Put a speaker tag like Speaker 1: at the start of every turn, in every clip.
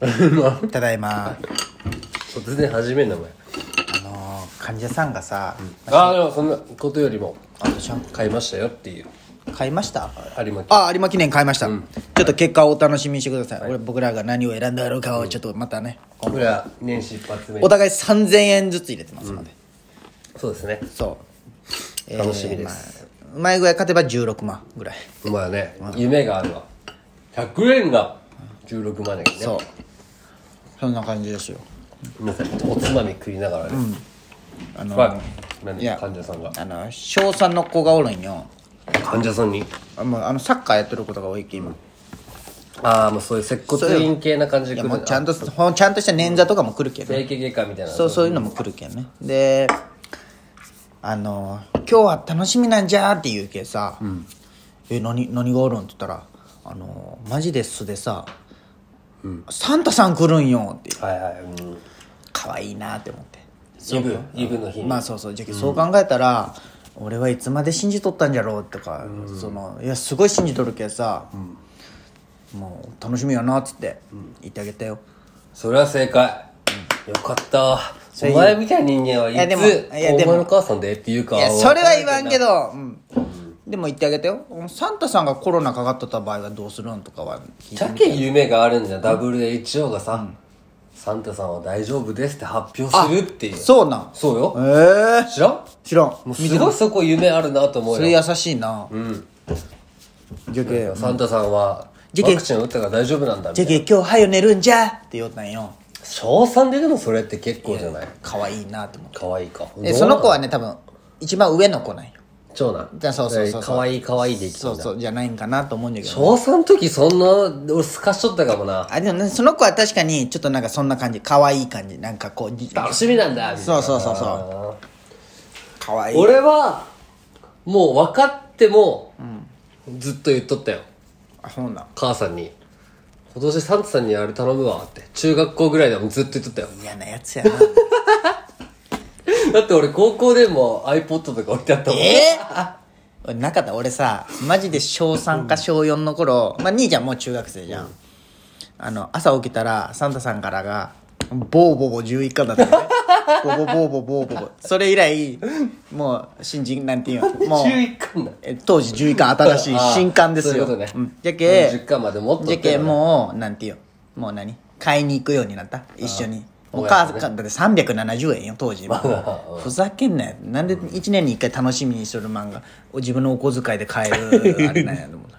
Speaker 1: まあ
Speaker 2: ただいま
Speaker 1: 突然始めんなお前
Speaker 2: あのー患者さんがさ、
Speaker 1: ああでもそんなことよりも
Speaker 2: あのシャンプ
Speaker 1: 買いましたよっていう
Speaker 2: ー買いました
Speaker 1: 有馬記
Speaker 2: あ有馬記念買いました、ちょっと結果をお楽しみにしてください、俺僕らが何を選んだろうかをちょっとまたね、
Speaker 1: 僕ら年始一発目
Speaker 2: お互い3000円ずつ入れてますので、
Speaker 1: そうですね
Speaker 2: そう
Speaker 1: 楽しみです、
Speaker 2: えーまあうまい具合勝てば16万ぐらい
Speaker 1: まあね夢があるわ100円が16万円ね
Speaker 2: そうそんな感じですよ
Speaker 1: 皆さんおつまみ食いながらね、
Speaker 2: あのー
Speaker 1: まあ何
Speaker 2: いや
Speaker 1: 患者さんが
Speaker 2: あの小三の子がおるんよ
Speaker 1: 患者さんに
Speaker 2: あもうあのサッカーやってることが多いけ今
Speaker 1: ああもうそういう接骨院系な感じで来
Speaker 2: で
Speaker 1: る
Speaker 2: も
Speaker 1: ん
Speaker 2: う
Speaker 1: だ
Speaker 2: ちゃんとほんちゃんとした捻挫とかも来るけど、
Speaker 1: 整形外科みたいな
Speaker 2: そうそういうのも来るけんねであの「今日は楽しみなんじゃ」って言うけさ「え何何があるん?」って言ったら「あのマジで素でさ、サンタさん来るんよ」って
Speaker 1: はいはい、うん、
Speaker 2: 可愛いなって思って
Speaker 1: イブイブの日に、
Speaker 2: まあそうそうじゃけそう考えたら、俺はいつまで信じとったんじゃろうとか、そのいやすごい信じとるけさ、もう楽しみやなっつって言ってあげたよ、
Speaker 1: それは正解、よかった
Speaker 2: れ
Speaker 1: お前みたいな人間はい
Speaker 2: やでも
Speaker 1: つ
Speaker 2: いやで
Speaker 1: お
Speaker 2: も
Speaker 1: 前の母さんでっていうか
Speaker 2: いやそれは言わんけど、うんでも言ってあげてよサンタさんがコロナかかっとった場合はどうするんとかは聞い
Speaker 1: じ
Speaker 2: て
Speaker 1: ゃけ夢があるんじゃん WHO がさ、サンタさんは大丈夫ですって発表するっていう
Speaker 2: そうなん
Speaker 1: そう
Speaker 2: え
Speaker 1: よ
Speaker 2: え
Speaker 1: 知らんも
Speaker 2: 知らん
Speaker 1: うすごいそこ夢あるなと思
Speaker 2: そうれ
Speaker 1: よ
Speaker 2: 優しいなうんじゃけ
Speaker 1: サンタさんは
Speaker 2: じゃけ
Speaker 1: ワクチン打ったから大丈夫なんだみた
Speaker 2: じ
Speaker 1: い
Speaker 2: ゃ
Speaker 1: な
Speaker 2: け今日はよ寝るんじゃって言おったんよ
Speaker 1: 小3ででもそれって結構じゃない
Speaker 2: 可愛いなと思って
Speaker 1: 可愛いか
Speaker 2: でその子はね多分一番上の子なんよ
Speaker 1: 長男
Speaker 2: じゃあそうそうそうそう
Speaker 1: 可愛い可愛いでいき
Speaker 2: そう
Speaker 1: う
Speaker 2: そうじゃないんかなと思うんだけど
Speaker 1: 小3の時そんな俺すかしとったかもな
Speaker 2: あでもねその子は確かにちょっとなんかそんな感じ可愛い感じなんかこうじ
Speaker 1: 楽しみなんだみたいな
Speaker 2: そうそうそうそう可愛い
Speaker 1: 俺はもう分かっても、ずっと言っとったよ
Speaker 2: あそうなん
Speaker 1: 母さんに今年サンタさんにあれ頼むわって中学校ぐらいでもずっと言っとったよ
Speaker 2: 嫌なやつやな
Speaker 1: だって俺高校でも iPod とか置いてあったもん
Speaker 2: え俺なかった俺さマジで小3か小4の頃、まあ、兄ちゃんもう中学生じゃん、あの朝起きたらサンタさんからがボーボーボー11巻だったよ ねボボボーボーボーボーボーそれ以来もう新人なんていうの もう
Speaker 1: 11巻だ
Speaker 2: え当時11巻新しい
Speaker 1: ああ
Speaker 2: 新刊ですよ
Speaker 1: そういうことね
Speaker 2: んじゃけ
Speaker 1: 40巻まで持っとった
Speaker 2: じゃ
Speaker 1: よ
Speaker 2: けもうなんていうもう何買いに行くようになった一緒にもう母さんだって370円よ当時はふざけんなよなんで1年に1回楽しみにする漫画を自分のお小遣いで買え るあれなんやと思った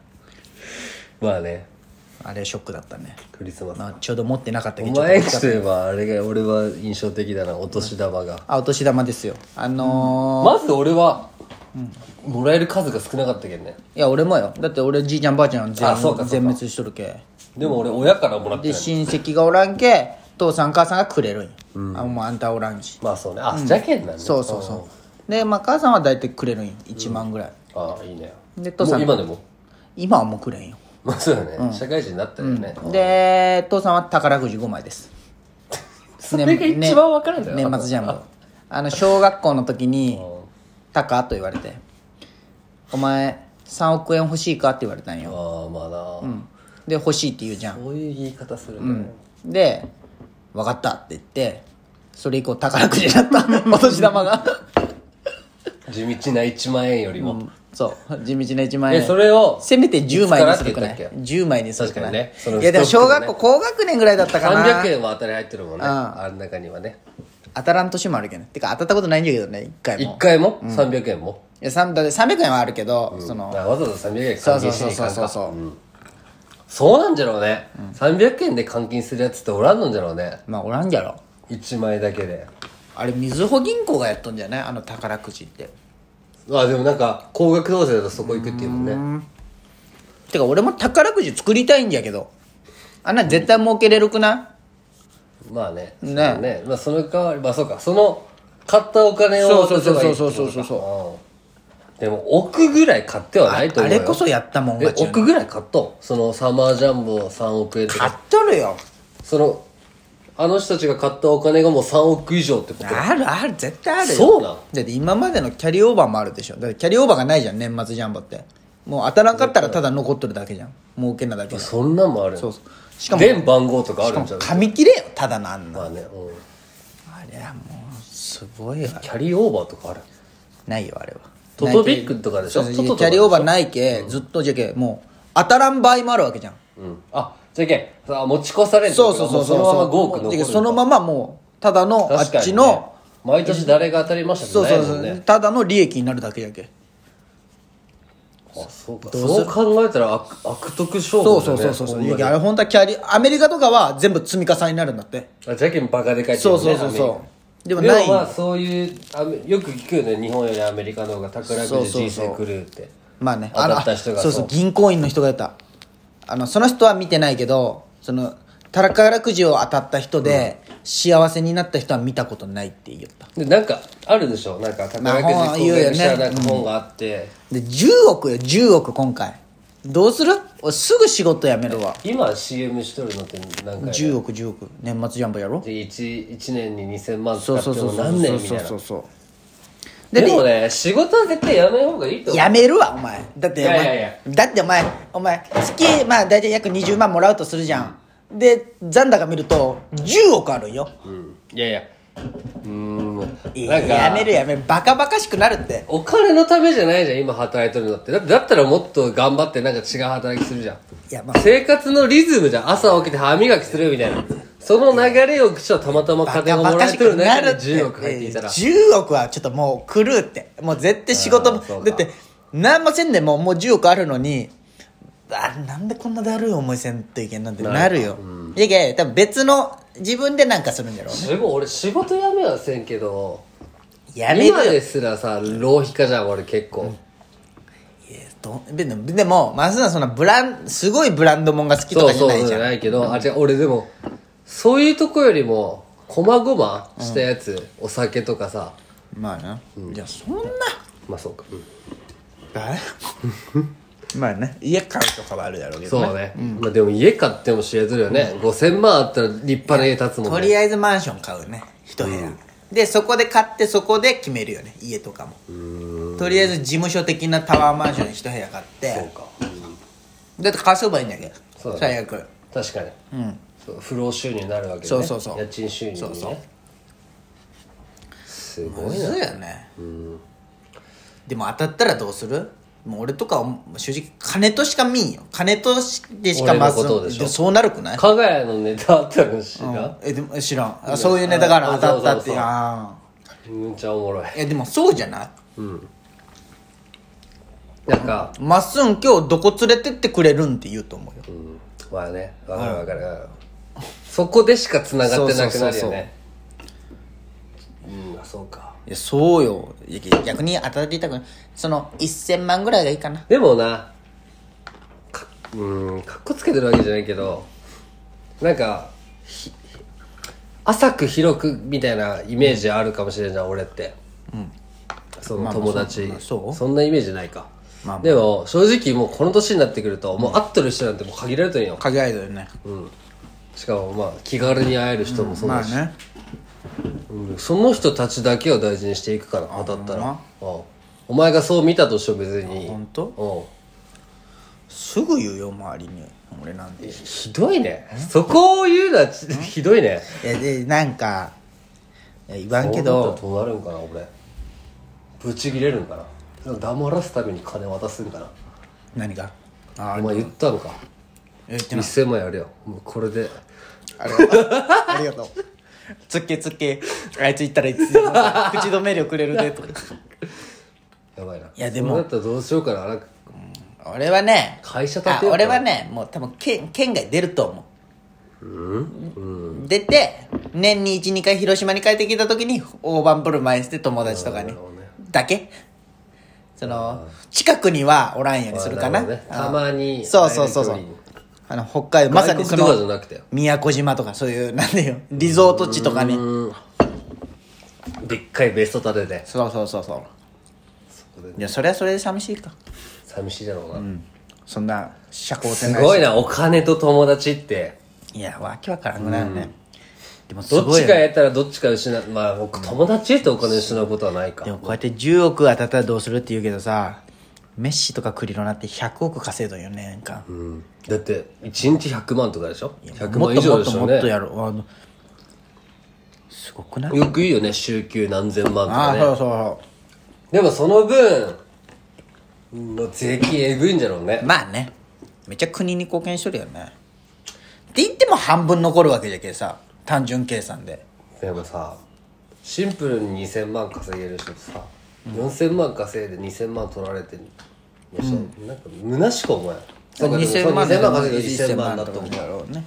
Speaker 1: まあね
Speaker 2: あれショックだったね、
Speaker 1: クリスマス
Speaker 2: まあ、ちょうど持ってなかったけ
Speaker 1: お
Speaker 2: ど
Speaker 1: 前といえばあれが俺は印象的だなお年玉が
Speaker 2: あお年玉ですよあの
Speaker 1: まず俺は、もらえる数が少なかったけどね
Speaker 2: ーいや俺もよだって俺じいちゃんばあちゃん全
Speaker 1: あそうかそうか
Speaker 2: 全滅しとるけ
Speaker 1: でも俺親からもらって
Speaker 2: で
Speaker 1: ない
Speaker 2: 親戚がおらんけ父さん母さんがくれるんよ、あもうあんたおらんし
Speaker 1: まあそうねあじゃけんなんね
Speaker 2: そうそうそうでまあ母さんは大体くれるんよ1万ぐらい、
Speaker 1: ああいいね
Speaker 2: で父さん
Speaker 1: もう今でも
Speaker 2: 今はもうくれんよ
Speaker 1: まあそうだね、社会人になったよね、
Speaker 2: で父さんは宝くじ5枚です
Speaker 1: それが一番分かるんだよ、
Speaker 2: 年末ジャンボあの小学校の時 に「タカ」と言われて「お前3億円欲しいか?」って言われたんよ
Speaker 1: ああまあな、
Speaker 2: で欲しいって言うじゃん
Speaker 1: そういう言い方するね、
Speaker 2: で「分かった」って言ってそれ以降宝くじだった お年玉が
Speaker 1: 地道な1万円よりも、
Speaker 2: そう地道な1万
Speaker 1: え
Speaker 2: 円
Speaker 1: それを
Speaker 2: せめて10枚にする
Speaker 1: い
Speaker 2: く
Speaker 1: つから
Speaker 2: な
Speaker 1: っ
Speaker 2: い
Speaker 1: て言ったっ
Speaker 2: 10枚にするくない
Speaker 1: 確かにねその
Speaker 2: いやでも
Speaker 1: 太っ
Speaker 2: 小
Speaker 1: 腹ね
Speaker 2: 学校高学年ぐらいだったかな
Speaker 1: 300円は当たり入ってるもんね、
Speaker 2: うん
Speaker 1: あん中にはね
Speaker 2: 当たらん年もあるけどねてか当たったことないんだけどね1回も
Speaker 1: 1回も、300円も
Speaker 2: いやさんだって300円はあるけど、そ
Speaker 1: あ
Speaker 2: の
Speaker 1: わざわざ300円
Speaker 2: そう
Speaker 1: 換
Speaker 2: そう
Speaker 1: 金し
Speaker 2: そう
Speaker 1: に行かん
Speaker 2: そうそう
Speaker 1: か
Speaker 2: そう、
Speaker 1: そうなんじゃろうね、300円で換金するやつっておらんのんじゃろうね
Speaker 2: まあおらんじゃろ
Speaker 1: 1枚だけで
Speaker 2: あれみずほ銀行がやっとんじゃないあの宝くじって
Speaker 1: あでもなんか高額当選だとそこ行くっていうもんね
Speaker 2: てか俺も宝くじ作りたいんじゃけどあんなん絶対儲けれるくな
Speaker 1: まあね
Speaker 2: ね
Speaker 1: そうだねまあその代わりまあそうかその買ったお
Speaker 2: い
Speaker 1: 金を
Speaker 2: そうそうそうそう
Speaker 1: 渡せばいいってことか
Speaker 2: そうそうそう
Speaker 1: うんでも億ぐらい買っては
Speaker 2: あ
Speaker 1: ないと
Speaker 2: あ
Speaker 1: 思うよ
Speaker 2: れこそやったもん
Speaker 1: え
Speaker 2: 勝ちよ
Speaker 1: 億ぐらい買ったのそのサマージャンボ3億円と
Speaker 2: 買っ
Speaker 1: か
Speaker 2: とるよ
Speaker 1: そのあの人たちが買ったお金がもう3億以上ってこと
Speaker 2: あるある絶対あるよ
Speaker 1: そうなん
Speaker 2: だって今までのキャリーオーバーもあるでしょだってキャリーオーバーがないじゃん年末ジャンボってもう当たらんかったらただ残っとるだけじゃん儲けなだけじゃん
Speaker 1: そんなんもある
Speaker 2: そうそうしかも
Speaker 1: 全番号とかあるんちゃう
Speaker 2: 紙切れよただのあんな
Speaker 1: まあね、うん、
Speaker 2: あれはもうすごいわ
Speaker 1: キャリーオーバーとかある
Speaker 2: ないよあれは
Speaker 1: トトビックとかでしょ
Speaker 2: そう
Speaker 1: トトとかでしょ
Speaker 2: キャリーオーバーないけずっとじゃけもう当たらん場合もあるわけじゃん
Speaker 1: うんあじゃけんさあ持ち越されんってこと
Speaker 2: そうそうそ
Speaker 1: もそ
Speaker 2: うそう
Speaker 1: のまま5億残
Speaker 2: じ
Speaker 1: る
Speaker 2: ゃけ
Speaker 1: と
Speaker 2: そのままもうただのあ
Speaker 1: 確か
Speaker 2: っ
Speaker 1: にね
Speaker 2: ちの
Speaker 1: 毎年誰が当たりました
Speaker 2: そ
Speaker 1: っ
Speaker 2: う
Speaker 1: て
Speaker 2: そ
Speaker 1: な
Speaker 2: う
Speaker 1: いも
Speaker 2: そ
Speaker 1: ん
Speaker 2: う
Speaker 1: ね
Speaker 2: ただの利益になるだけじゃけ
Speaker 1: あそうか
Speaker 2: どうす
Speaker 1: そう
Speaker 2: る
Speaker 1: 考えたら悪悪徳商
Speaker 2: そ
Speaker 1: 法
Speaker 2: うそう
Speaker 1: だ
Speaker 2: そ
Speaker 1: ね
Speaker 2: うそう
Speaker 1: ほ
Speaker 2: そ
Speaker 1: ん
Speaker 2: う
Speaker 1: まに
Speaker 2: いやあれ本当はキャリアメリカとかは全部積み重ねになるんだって
Speaker 1: あじゃけんバカでかいって
Speaker 2: そ
Speaker 1: 言
Speaker 2: う
Speaker 1: ね
Speaker 2: そうそう
Speaker 1: アメリカ
Speaker 2: そうでもない
Speaker 1: でもまあそういうあめよく聞くよね日本よりアメリカの方が宝くじ人生狂うって
Speaker 2: まあね
Speaker 1: 当
Speaker 2: あの
Speaker 1: たった人が
Speaker 2: そうそう銀行員の人がやったあのその人は見てないけどその宝くじを当たった人で、幸せになった人は見たことないって言った
Speaker 1: でなんかあるでしょなんか
Speaker 2: まあ
Speaker 1: 宝くじ
Speaker 2: 本
Speaker 1: 購
Speaker 2: は言うよ
Speaker 1: 入
Speaker 2: ね
Speaker 1: したらなんか本があって、
Speaker 2: で10億よ10億今回どうする俺すぐ仕事辞めるわ
Speaker 1: 今 CM しとるのって何回
Speaker 2: 10億10億年末ジャンボやろ
Speaker 1: で 1, 一年に2000万使
Speaker 2: そう
Speaker 1: って
Speaker 2: そうそ
Speaker 1: も
Speaker 2: うそう
Speaker 1: 何
Speaker 2: そ
Speaker 1: 年
Speaker 2: う
Speaker 1: みた
Speaker 2: そう
Speaker 1: いな
Speaker 2: そうそう
Speaker 1: でもね仕事は絶対やめん方がいいと思う
Speaker 2: やめるわお前だってお前
Speaker 1: いやいやい
Speaker 2: だってお前お前月まあ大体約20万もらうとするじゃん、で残高見ると10億あるんよ、
Speaker 1: うんいやいやうーんなんか
Speaker 2: いややめるやめるバカバカしくなるって
Speaker 1: お金のためじゃないじゃん今働いてるのってだってだったらもっと頑張ってなんか違う働きするじゃん
Speaker 2: いやまあ
Speaker 1: 生活のリズムじゃん朝起きて歯磨きするみたいなその流れをちょっとたまたま
Speaker 2: バ
Speaker 1: 金
Speaker 2: カ
Speaker 1: が
Speaker 2: バ
Speaker 1: もら
Speaker 2: カ
Speaker 1: え
Speaker 2: して
Speaker 1: る
Speaker 2: くな
Speaker 1: 中
Speaker 2: る
Speaker 1: で
Speaker 2: って
Speaker 1: 10億入っていたら
Speaker 2: 10億はちょっともう狂うってもう絶対仕事
Speaker 1: あーそう
Speaker 2: も
Speaker 1: か
Speaker 2: だって何もせんでももう10億あるのにあなんでこんなだるい思いせんといけんなんてなるよ、いやいや多分別の自分でなんかするんだろうね
Speaker 1: すごい俺仕事辞めはせんけど
Speaker 2: やめるよ
Speaker 1: 今ですらさ浪費家じゃん俺結構
Speaker 2: いやどでもでも松田さんそんなブランすごいブランドもんが好きと
Speaker 1: そう
Speaker 2: かじ
Speaker 1: そ
Speaker 2: ゃ
Speaker 1: う
Speaker 2: ない
Speaker 1: じ
Speaker 2: じ
Speaker 1: ゃ
Speaker 2: ゃん
Speaker 1: ないけど、あ、違う、俺でも、そういうとこよりも、こまごましたやつ、お酒とかさ、
Speaker 2: まあな、いやそんな
Speaker 1: まあそうか。
Speaker 2: 誰 まあね家買うとかはあるだろうけど
Speaker 1: そうね。まあでも家買っても知れてるよね。5000万あったら立派な家建つも
Speaker 2: と
Speaker 1: んね。
Speaker 2: りあえずマンション買うね一部屋、でそこで買ってそこで決めるよね家とかもとりあえず事務所的なタワーマンションに一部屋買って
Speaker 1: そうか。
Speaker 2: だって貸せばいいんだけど
Speaker 1: そうだね
Speaker 2: 最悪
Speaker 1: 確かに。そう不労収入になるわけね。
Speaker 2: そうそうそう
Speaker 1: 家賃収入にね。
Speaker 2: そうそう
Speaker 1: す
Speaker 2: そ
Speaker 1: ご
Speaker 2: う
Speaker 1: いな。
Speaker 2: だよねでも当たったらどうするもう俺とかは正直金としか見んよ金としでしかまず
Speaker 1: 俺のことでしょ
Speaker 2: そうなるくない
Speaker 1: 加賀屋のネタあったの知ら
Speaker 2: えでも知らんあそういうネタから当たったって
Speaker 1: そうそうそう
Speaker 2: あ
Speaker 1: んむっちゃおもろい
Speaker 2: ー。えでもそうじゃない
Speaker 1: なんか、
Speaker 2: まっすん今日どこ連れてってくれるんって言うと思うよ
Speaker 1: うんまあねわかるわかる、そこでしかつながってなくなるよねうんあそうか
Speaker 2: いやそうよいや逆に当たりたくないその1000万ぐらいがいいかな
Speaker 1: でもなかうんかっこつけてるわけじゃないけどなんかひ浅く広くみたいなイメージあるかもしれんじゃん、俺ってその友達、
Speaker 2: まあそうそう
Speaker 1: そんなイメージないか、
Speaker 2: まあまあ
Speaker 1: でも正直もうこの年になってくるともう会ってる人なんてもう限られてるよ、
Speaker 2: 限られてるね
Speaker 1: うん、しかもまあ気軽に会える人もそう
Speaker 2: まあ
Speaker 1: だし、
Speaker 2: ね
Speaker 1: うんその人たちだけを大事にしていくから当たった
Speaker 2: ほん
Speaker 1: ら
Speaker 2: ま
Speaker 1: うんお前がそう見たとしても別に
Speaker 2: 本当
Speaker 1: う
Speaker 2: すぐ言うよ周りに俺なんてい
Speaker 1: んひどいねそこを言うのはちひどいね
Speaker 2: やでなんかいや言わん
Speaker 1: そ
Speaker 2: け
Speaker 1: うな
Speaker 2: ど
Speaker 1: ったらどうなるんかな俺ブチ切れるんかな黙らすために金渡すんかな
Speaker 2: 何があ
Speaker 1: お前言ったのか
Speaker 2: 言ってない
Speaker 1: 1000万やるよもうこれで
Speaker 2: ありがとうありがとう つっけつっけあいつ行ったらいつでも さ口止め料くれるでとか
Speaker 1: やばいない
Speaker 2: やでも
Speaker 1: そうなったらどうしようかななんか
Speaker 2: 俺はね
Speaker 1: 会社建てよう
Speaker 2: あ
Speaker 1: か
Speaker 2: 俺はねもう多分県県外出ると思う出て年に12回広島に帰ってきた時に大盤振る舞いして友達とかに
Speaker 1: なるほどね
Speaker 2: だけその近くにはおらんようにするかな
Speaker 1: まあなるほどね
Speaker 2: あの
Speaker 1: たまに
Speaker 2: そうそうそうそう
Speaker 1: 会える距
Speaker 2: あの北海道まさにそ
Speaker 1: 外国とかじゃ
Speaker 2: の
Speaker 1: なくて
Speaker 2: 宮古島とかそういうなんでよリゾート地とかに
Speaker 1: でっかいベスト立てて
Speaker 2: そうそうそうそ
Speaker 1: そ
Speaker 2: う
Speaker 1: こで
Speaker 2: いやそれはそれで寂しいか
Speaker 1: 寂しいだろうな、
Speaker 2: そんな社交性
Speaker 1: す
Speaker 2: な
Speaker 1: ごい
Speaker 2: な
Speaker 1: なお金と友達って
Speaker 2: いやわけわからんくなるね、でもす
Speaker 1: ど
Speaker 2: ご
Speaker 1: っ
Speaker 2: い
Speaker 1: ち
Speaker 2: よ
Speaker 1: かやったらどっちか失うまあ僕友達ってお金失うことはないか
Speaker 2: でもこうやって10億当たったらどうするって言うけどさメッシとかクリロナって100億稼いどんよね年間
Speaker 1: うん、だって1日100万とかでしょ100
Speaker 2: も
Speaker 1: 万
Speaker 2: っ
Speaker 1: 以上で
Speaker 2: ともっと
Speaker 1: し
Speaker 2: も
Speaker 1: ょ
Speaker 2: っと
Speaker 1: ね
Speaker 2: やろうあのすごくない
Speaker 1: よく言うよね週休何千万と
Speaker 2: あ
Speaker 1: か
Speaker 2: あ
Speaker 1: ね
Speaker 2: そうそうそ
Speaker 1: でもその分の税金えぐいんじゃろう
Speaker 2: う
Speaker 1: ね
Speaker 2: まあねめっちゃ国に貢献しとるよねって言っても半分残るわけじゃけさ単純計算で
Speaker 1: でもさシンプルに2000万稼げる人とさ、4000万稼いで2000万取られてる人、なんか虚しく思えんそうかでもその
Speaker 2: 2000万
Speaker 1: 2000
Speaker 2: で
Speaker 1: 万稼いで1000万だと
Speaker 2: と
Speaker 1: 思う
Speaker 2: 思うだろうね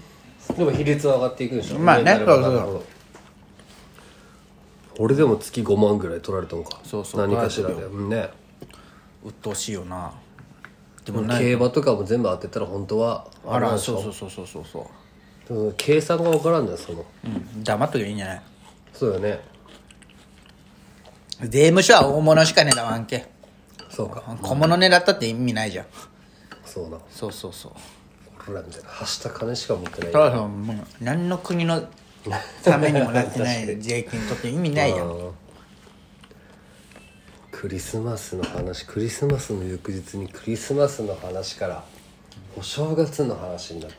Speaker 1: でも比率は上がっていくでしょ
Speaker 2: まあね
Speaker 1: 上になれば
Speaker 2: そうそうそう
Speaker 1: なるほど俺でも月5万ぐらい取られたのか
Speaker 2: そうそう
Speaker 1: 何かしらでうんね
Speaker 2: 鬱陶しいよなでもない
Speaker 1: 競馬とかも全部当てたら本当は
Speaker 2: あ
Speaker 1: れなん
Speaker 2: ら
Speaker 1: でしょ
Speaker 2: そうそうそうそうそうそ
Speaker 1: でも計算が分からんじゃんその
Speaker 2: う、うん、黙っときゃいいんじゃない
Speaker 1: そうだよね
Speaker 2: 税務署は大物しか狙わんけ
Speaker 1: そうか
Speaker 2: 小物狙ったって意味ないじゃん
Speaker 1: そうだ
Speaker 2: そうそうそう
Speaker 1: 俺らみたいなはした金しか持ってない
Speaker 2: たださもう何の国のためにもなってない税金とって意味ないや ん
Speaker 1: うんクリスマスの話クリスマスの翌日にクリスマスの話からお正月の話になって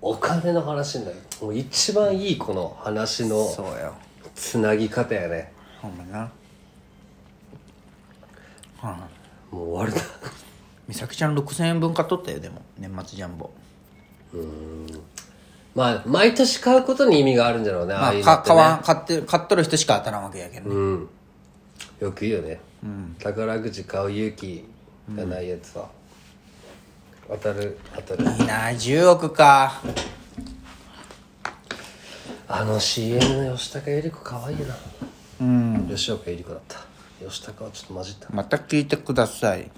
Speaker 1: お金の話になるもう一番いいこの話の
Speaker 2: そうよ
Speaker 1: つなぎ方やね
Speaker 2: ほんまな
Speaker 1: もう終わる
Speaker 2: 美咲ちゃん6000円分買っとったよでも年末ジャンボ
Speaker 1: な まあ毎年買うことに意味があるんじゃろうね、あ
Speaker 2: ま
Speaker 1: あ
Speaker 2: あ
Speaker 1: いうの
Speaker 2: か
Speaker 1: って
Speaker 2: 買
Speaker 1: ね
Speaker 2: わん買って買っとる人しか当たらんわけやけどね、
Speaker 1: うんよく言うよね、宝くじ買う勇気がないやつは、当たる当たる
Speaker 2: いいな10億か
Speaker 1: あの CM の吉高由里子可愛いなうん吉岡由里子だった吉高はちょっと混じった
Speaker 2: また聞いてください